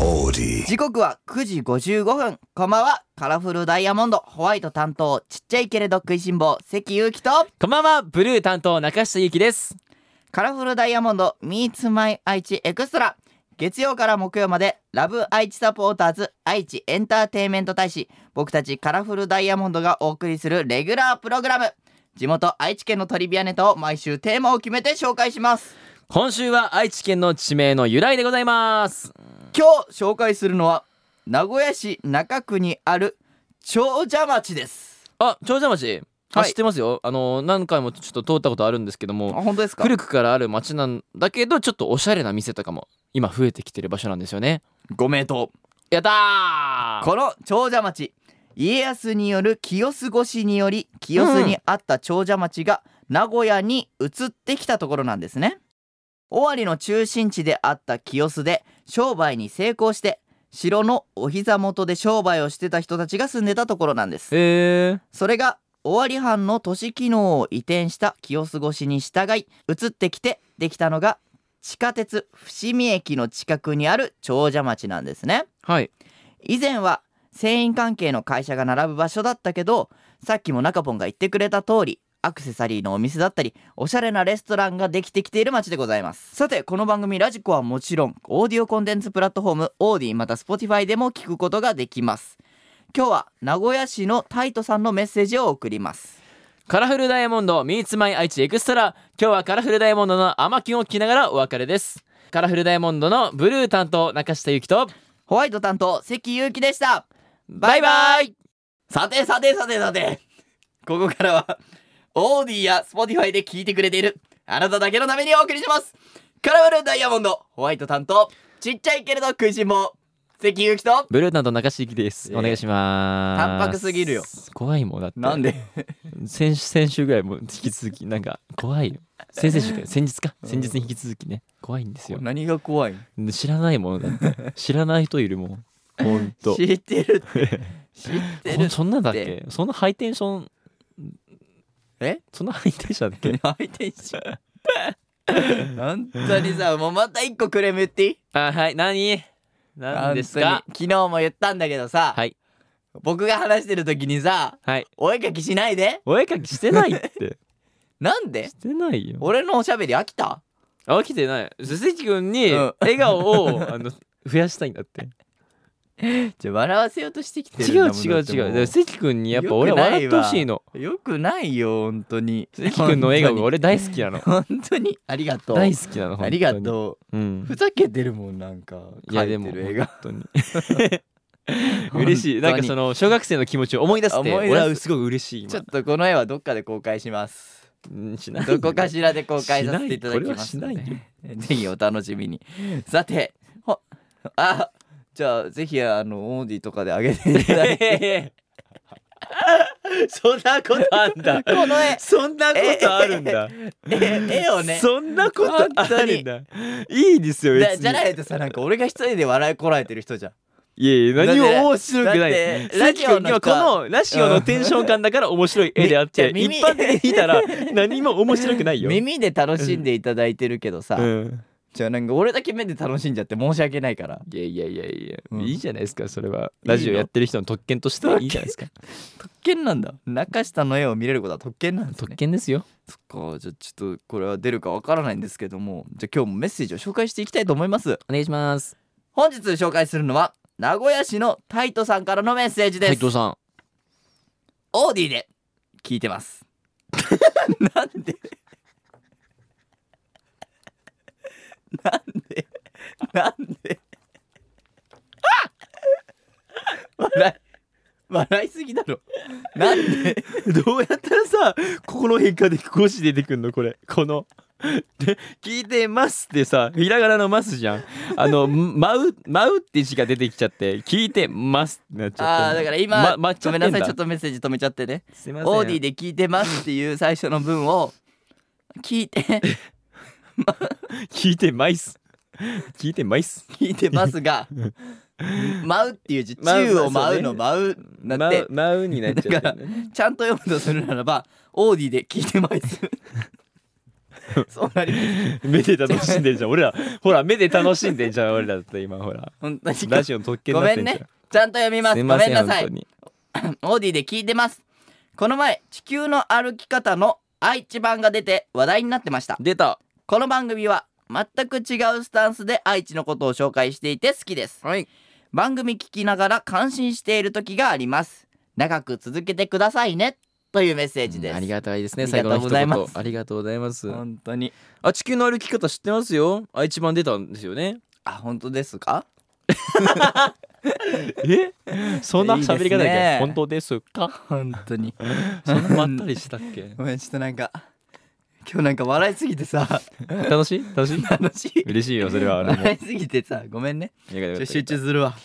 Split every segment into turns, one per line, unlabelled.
オーディ
時刻は9時55分こんばんはカラフルダイヤモンドホワイト担当ちっちゃいけれど食いしん坊関ゆうきと
こんばんは、ブルー担当中下ゆきです。
カラフルダイヤモンド Meets My 愛知エクストラ月曜から木曜までラブ愛知サポーターズ愛知エンターテインメント大使僕たちカラフルダイヤモンドがお送りするレギュラープログラム地元愛知県のトリビアネタを毎週テーマを決めて紹介します
今週は愛知県の地名の由来でございます。
今日紹介するのは名古屋市中区にある長者町です
あ、長者町。あ
はい
知ってますよ。あの、何回もちょっと通ったことあるんですけど
あ
も、
本当ですか
古くからある町なんだけど、ちょっとおしゃれな店とかも、今増えてきてる場所なんですよね。
ご名答
やったー
この長者町家康による清須越しにより清須にあった長者町が名古屋に移ってきたところなんですね尾張の中心地であった清須で商売に成功して城のお膝元で商売をしてた人たちが住んでたところなんです
えー、
それが尾張藩の都市機能を移転した清須越しに従い移ってきてできたのが地下鉄伏見駅の近くにある長者町なんですね
はい。
以前は繊維関係の会社が並ぶ場所だったけどさっきも中ポンが言ってくれた通りアクセサリーのお店だったりおしゃれなレストランができてきている街でございますさてこの番組ラジコはもちろんオーディオコンテンツプラットフォームオーディまた Spotify でも聞くことができます今日は名古屋市のタイトさんのメッセージを送ります
カラフルダイヤモンド Meets My 愛知エクストラ今日はカラフルダイヤモンドの甘きんを聞きながらお別れですカラフルダイヤモンドのブルー担当中下ゆきと
ホワイト担当関ゆうきでした
バイバイ
さてさてさてさてここからはオーディや Spotify で聞いてくれているあなただけのためにお送りしますカラフルダイヤモンドホワイト担当ちっちゃいけれど食いしん坊関ゆうきと
ブルー担当中下ゆきです、
えー
お願いします
淡白すぎるよ
怖いもんだって
で
先先週ぐらいも引き続きなんか怖いよ先々週 か先日か先日に引き続きね怖いんですよ
何が怖い
知らないものだって 知らない人いるもんほんと
知ってるって 知ってる
そんなんだっけそんなハイテンション
え
そんなハイテンションだっけ
相手にしちゃう本当にさもうまた一個クレーム言っていい
あはい何何です
本
か
当に昨日も言ったんだけどさ、
はい
僕が話してる時にさ
はい
お絵かきしないで
お絵かきしてないって
なんで
してないよ
俺のおしゃべり飽きた
あ起きてないすすきくんに
うん
笑顔を、あの 増やしたいんだ って
じゃ笑わせようとしてきて
違
る
う違う違うすきくんにやっぱ俺は笑ってほしいの
うよくないよ本当に
すきくんの笑顔が
本
俺大好きなの
当に本当にありがとう
大好きなの
ありが
う、
と
うん
う、ふざけてるもんなんか
いやで
描
も
いてる映画
本当に嬉しいなんかその小学生の気持ちを思い出すって
思い出
俺
す
はすごい嬉しい今
ちょっとこの絵はどっかで公開し ます
うんしない
どこかしらで公開させていただきます
しないこれはしないよ
ぜひお楽しみにさてほあじゃあぜひあのオーディとかで上げていただいて
そんなことあんだ。
この絵
そんなことあるんだ。
絵をね
そんなことあるんだ。いいですよ、別
だ
に。
じゃないとさなんか俺が一人で笑いこらえてる人じゃん
いやいや、何も面白くな
だっ
い。
て
さっ
ラ
き
ジオの人
君はこのラジオのテンション感だから面白い絵であっ
じゃ
て
あ、
一
耳
般的に見たら何も面白くないよ。
耳で楽しんでいただいてるけどさ、
うん
じゃあなんか俺だけ目で楽しんじゃって申し訳ないから
いやいやいやいや、
うん
いいじゃないですか、それは。
いいの
ラジオやってる人の特権としてはいいじゃないですか。
特権なんだ中下の絵を見れることは特権なんです
特
ね
権ですよ。
そっかじゃあちょっとこれは出るかわからないんですけどもじゃあ今日もメッセージを紹介していきたいと思います
お願いします。
本日紹介するのは名古屋市のタイトさんからのメッセージです、
斉藤さん。
オーディで聞いてます なんでなんでなんで笑い笑いすぎだろなんで
どうやったらさここの変化で5字出てくんのこれこので聞いてますってさひらがなのますじゃんあ の「まう」まうって字が出てきちゃって聞いてますってなっちゃ
あ
っ
ー
て
だから今、
ま、
ごめんなさいちょっ
と
とメッセージ止めちゃってね
すいません
オーディで聞いてますっていう最初の文を聞いて
聞いてまいっす聞いてまいっす
聞いてます が舞うっていう字宙を舞うの舞うなって、
ままうになっちゃってるね
ちゃんと読むとするならば、オーディで聞いてます。 そうなります
目で楽しんでんじゃん俺らほら目で楽しんでんじゃん俺らだって今ほら
本当に
ラジオの特権
ご
になっ
め
て
ん
んじゃん
ねちゃんと読みます
すい
ご
ま
め
せ
ん
ん
な
本
さい
当に
オーディで聞いてますこの前地球の歩き方の愛知版が出て話題になってました
出た
この番組は全く違うスタンスで愛知のことを紹介していて好きです
はい
番組聞きながら感心している時があります長く続けてくださいねというメッセージです、
ありがたいです
あ
ね
り
最
が
後
とうご
の一
ざ
言
います
ありがとうございます
本当に
あ地球の歩き方知ってますよ愛知版出たんですよね
あ本当ですか
えそんない
いですね
喋り方だっけ本当です か
本当に
そんなまったりしたっ け
ごめんちょっとなんか今日なんか笑いすぎてさ
楽しい 楽しい
楽しい
嬉しいよそれは俺も
笑いすぎてさごめんねち
よか
ょ
った
集中するわ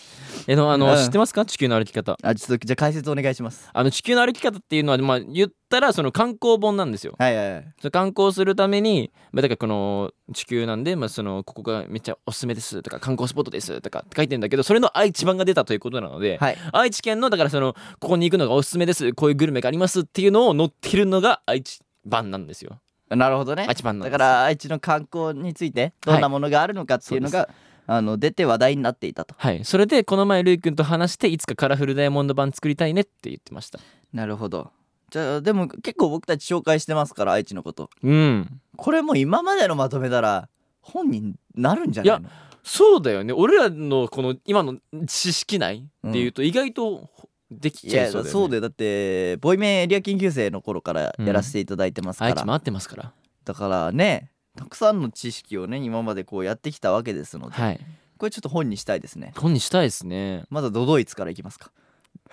えのあ
うん
の知ってますか地球の歩き方
あちょっとじゃあ解説お願いします
あの地球の歩き方っていうのはまあ言ったらその観光本なんですよ
はいはいはい
その観光するために、まあ、だからこの地球なんで、まあ、そのここがめっちゃおすすめですとか観光スポットですとかって書いてるんだけどそれの愛知版が出たということなので、
はい
愛知県のだからそのここに行くのがおすすめですこういうグルメがありますっていうのを載ってるのが愛知版なんですよ
なるほどね
愛知版な
だ
んです
から愛知の観光についてどんなものがあるのかっていうのが、あの出て話題になっていたと
はいそれでこの前ルイ君と話していつかカラフルダイヤモンド版作りたいねって言ってました
なるほどじゃあでも結構僕たち紹介してますから愛知のこと
うん
これもう今までのまとめたら本になるんじゃないの
そうだよね俺らのこの今の知識内っていうと意外とできちゃいそうだよね、
そうだよだってボイメンエリア研究生の頃からやらせていただいてますか
愛
ら、
知回ってますから
だからねたくさんの知識をね今までこうやってきたわけですので、
はい
これちょっと本にしたいですね
本にしたいで すね
まずドドイツからいきますか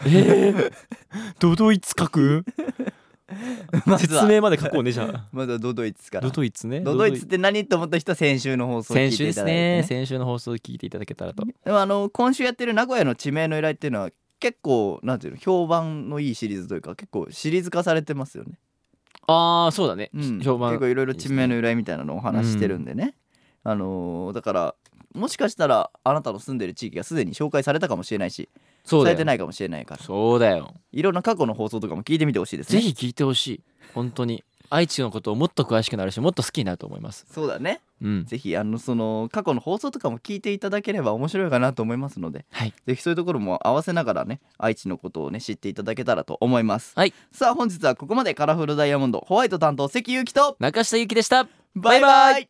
えー、ドドイツ書 く
まずは
説明まで書こうねじゃ あ
まずはドドイツから
ドドイツね
ドドイツって何と思った人は先週の放送を聞い
先週
てい
で
た
す
だいて、
ね
ね、
先週の放送を聞いていただけたらと
でもあの今週やってる名古屋の地名の由来っていうのは結構なんていうの評判のいいシリーズというか結構シリーズ化されてますよね、
ああそうだね、
うん、
評判
結構いろいろ地名の由来みたいなのをお話ししてるんでね、あのーだからもしかしたらあなたの住んでる地域がすでに紹介されたかもしれないし
そう
さ
だ
れて
よ
ないかもしれないから
そうだよ
いろんな過去の放送とかも聞いてみてほしいですね
ぜひ聞いてほしい本当に愛知のことをもっと詳しくなるしもっと好きになると思います
そうだね
うん
ぜひあのその過去の放送とかも聞いていただければ面白いかなと思いますので
はい
ぜひそういうところも合わせながらね愛知のことをね知っていただけたらと思います、
はい
さあ本日はここまでカラフルダイヤモンドホワイト担当関ゆうきと
中下ゆきでした
バイバイ
バイバ
イ